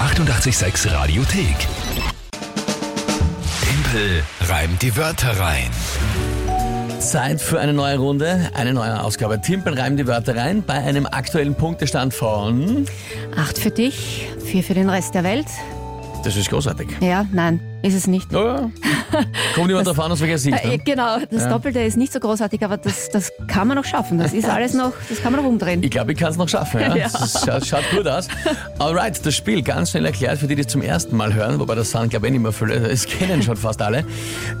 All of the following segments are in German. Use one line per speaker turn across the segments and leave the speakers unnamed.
886 Radiothek. Tempel reimt die Wörter rein.
Zeit für eine neue Runde, eine neue Ausgabe. Timpel reimt die Wörter rein bei einem aktuellen Punktestand von.
Acht für dich, vier für den Rest der Welt.
Das ist großartig.
Ja, nein, ist es nicht.
Ja. Kommt jemand drauf an, aus welcher Sicht?
Äh,
Ne?
genau, das Doppelte ist nicht so großartig, aber das, das kann man noch schaffen. Das ist alles noch, das kann man noch umdrehen.
Ich glaube, ich kann es noch schaffen. Ja?
Ja.
Das schaut, schaut gut aus. Alright, das Spiel ganz schnell erklärt für die, die es zum ersten Mal hören, wobei das sind, glaube ich, nicht mehr viele. Also, Es kennen schon fast alle.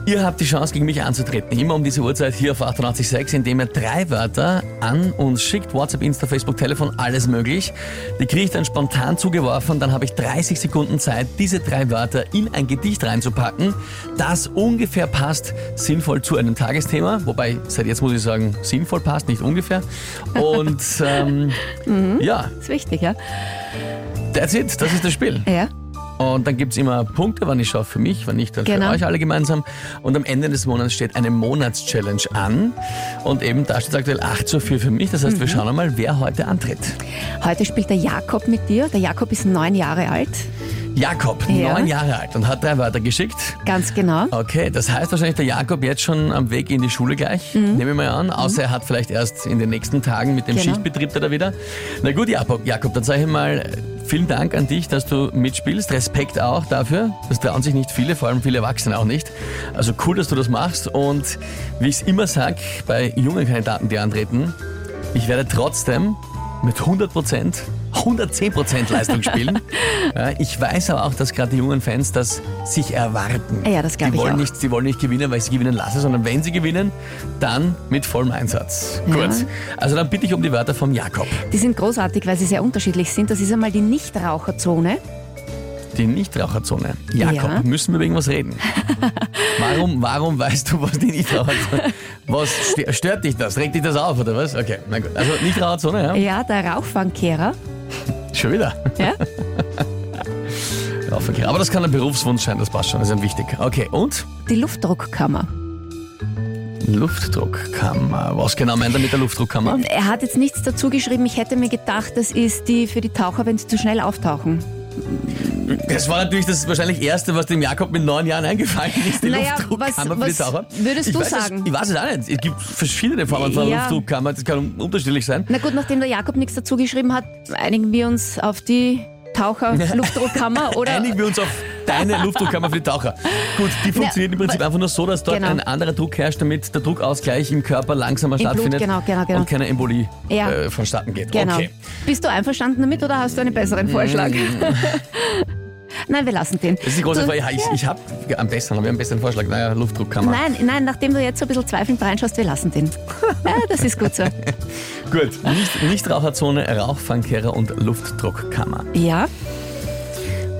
Ihr habt die Chance, gegen mich anzutreten. Immer um diese Uhrzeit hier auf 886, indem ihr drei Wörter an uns schickt. WhatsApp, Insta, Facebook, Telefon, alles möglich. Die kriege ich dann spontan zugeworfen. Dann habe ich 30 Sekunden Zeit, diese drei Wörter in ein Gedicht reinzupacken, das ungefähr passt, sinnvoll zu einem Tagesthema. Wobei, seit jetzt muss ich sagen, sinnvoll passt, nicht ungefähr. Und ähm, ja,
Das ist wichtig, ja?
that's it, das ist das Spiel.
Ja.
Und dann gibt's immer Punkte, wann ich schaffe für mich, wann nicht, dann
Genau.
für euch alle gemeinsam. Und am Ende des Monats steht eine Monatschallenge an. Und eben da steht aktuell 8 zu 4 für mich. Das
Mhm.
heißt, wir schauen einmal, wer heute antritt.
Heute spielt der Jakob mit dir. Der Jakob ist neun Jahre alt.
Jakob,
Ja.
neun Jahre alt und hat drei Wörter geschickt.
Ganz genau.
Okay, das heißt wahrscheinlich der Jakob jetzt schon am Weg in die Schule gleich, nehme ich mal an. Außer er hat vielleicht erst in den nächsten Tagen mit dem
Genau.
Schichtbetrieb da wieder. Na gut, Jakob, Jakob, dann sage ich mal, äh, vielen Dank an dich, dass du mitspielst. Respekt auch dafür. Das trauen sich nicht viele, vor allem viele Erwachsene auch nicht. Also cool, dass du das machst. Und wie ich es immer sage, bei jungen Kandidaten, die antreten, ich werde trotzdem mit 100 Prozent, 110 Prozent Leistung spielen. ja, ich weiß aber auch, dass gerade die jungen Fans das sich erwarten.
Ja, das glaub
Die
ich
wollen
auch.
Nicht, sie wollen nicht gewinnen, weil ich sie gewinnen lasse, sondern wenn sie gewinnen, dann mit vollem Einsatz. Gut. Also dann bitte ich um die Wörter vom Jakob.
Die sind großartig, weil sie sehr unterschiedlich sind. Das ist einmal die Nichtraucherzone.
Die Nichtraucherzone. Jakob,
Ja.
müssen wir über irgendwas reden? warum, warum weißt du, was die Nichtraucherzone Was stö- stört dich das? Regt dich das auf, oder was? Okay, na gut. Also Nichtraucherzone, ja?
Ja, der Rauchfangkehrer.
Schon wieder.
Ja.
Rauchverkehr. Genau, Aber das kann ein Berufswunsch sein, das passt schon, das ist ein wichtig. Okay, und?
Die Luftdruckkammer.
Luftdruckkammer. Was genau meint er mit der Luftdruckkammer?
Er hat jetzt nichts dazu geschrieben. Ich hätte mir gedacht, das ist die für die Taucher, wenn sie zu schnell auftauchen.
Das war natürlich das wahrscheinlich Erste, was dem Jakob mit neun Jahren eingefallen ist, die
Naja,
Luftdruckkammer für
was-
die
was
Taucher.
würdest
ich
du
weiß
sagen?
Es, ich weiß es auch nicht. Es gibt verschiedene Formen von
Ja.
Luftdruckkammer, das kann unterschiedlich sein.
Na gut, nachdem der Jakob nichts dazu geschrieben hat, einigen wir uns auf die Taucher-Luftdruckkammer oder?
Einigen wir uns auf deine Luftdruckkammer für die Taucher. Gut, die funktioniert im Prinzip einfach nur so, dass dort
genau.
ein anderer Druck herrscht, damit der Druckausgleich im Körper langsamer
Blut,
stattfindet
genau, genau, genau.
und keine Embolie
Ja.
äh, vonstatten geht.
Genau.
Okay. Mm.
Bist du einverstanden damit oder hast du einen besseren Vorschlag? nein, wir lassen den.
Das ist die große
Du-
Frage. Ja, ich ich habe am besten, wir haben besten Vorschlag. Naja, Luftdruckkammer.
Nein, nein, nachdem du jetzt so ein bisschen zweifelnd reinschaust, wir lassen den. Ja, das ist gut so.
Gut. Nicht, Nichtraucherzone, Rauchfangkehrer und Luftdruckkammer.
Ja,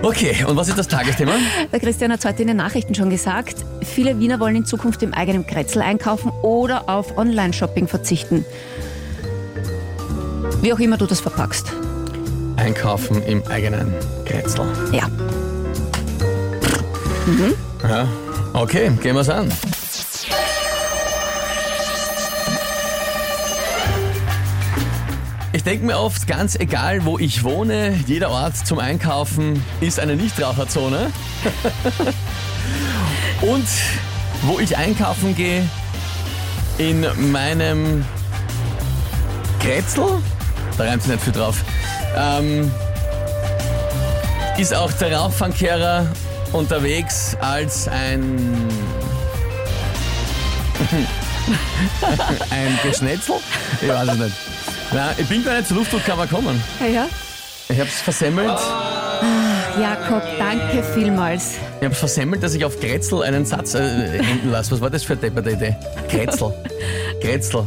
Okay, und was ist das Tagesthema?
der Christian hat heute in den Nachrichten schon gesagt, viele Wiener wollen in Zukunft im eigenen Kretzel einkaufen oder auf Online-Shopping verzichten. Wie auch immer du das verpackst.
Einkaufen im eigenen Kretzel.
Ja.
Ja. Okay, gehen wir's an. Ich denke mir oft, ganz egal wo ich wohne, jeder Ort zum Einkaufen ist eine Nichtraucherzone. Und wo ich einkaufen gehe, in meinem Kretzel, da reimt nicht viel drauf, ähm, ist auch der Rauchfangkehrer unterwegs als ein. ein Geschnetzel? Ich weiß es nicht. Nein, ich bin gar nicht zur Luftdruckkammer gekommen.
Ja, ja.
Ich hab's versemmelt.
Jakob, danke vielmals.
Ich hab's versemmelt, dass ich auf Grätzl einen Satz äh, enden lasse. Was war das für eine depperte Idee? Grätzl. Grätzl.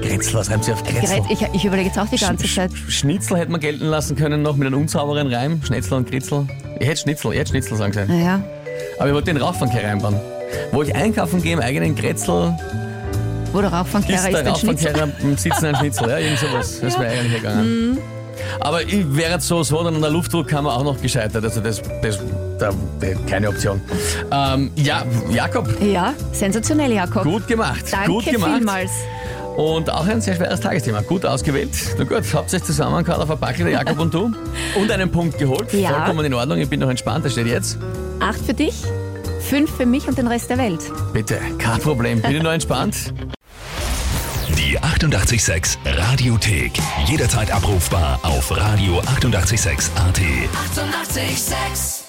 Grätzl, was reimt sich auf Grätzl?
Gerät- Ich, ich überlege jetzt auch die ganze
Sch-
Zeit.
Sch- Schnitzel hätte man gelten lassen können noch mit einem unsauberen Reim. Schnetzel und Gritzel. Ich hätte Schnitzel, ich hätte Schnitzel sagen können.
Naja,
Aber ich wollte den Rauchfangkehr reinbauen. Wo ich einkaufen gehe im eigenen Grätzl,
wo der Rauchfangkehrer
ist
ist,
der
ein Schnitzel.
Rauchfangkehr am Sitzen ein Schnitzel. Ja, irgend sowas. Das wäre eigentlich gegangen.
Mhm.
Aber ich wäre jetzt so, so dann an der Luftdruckkammer auch noch gescheitert. Also das, das, da, äh, keine Option. Ähm, ja, Jakob,
Ja, sensationell, Jakob.
gut gemacht.
Danke
gut gemacht.
vielmals.
Und auch ein sehr schweres Tagesthema. Gut ausgewählt. Na gut, hauptsächlich zusammengehauen auf Backel, der Jakob und du. Und einen Punkt geholt.
Ja.
Vollkommen in Ordnung. Ich bin noch entspannt. Da steht jetzt.
Acht für dich, fünf für mich und den Rest der Welt.
Bitte, kein Problem. Bin ich noch entspannt?
Die 886 Radiothek. Jederzeit abrufbar auf radio886.at. 886! 886.
886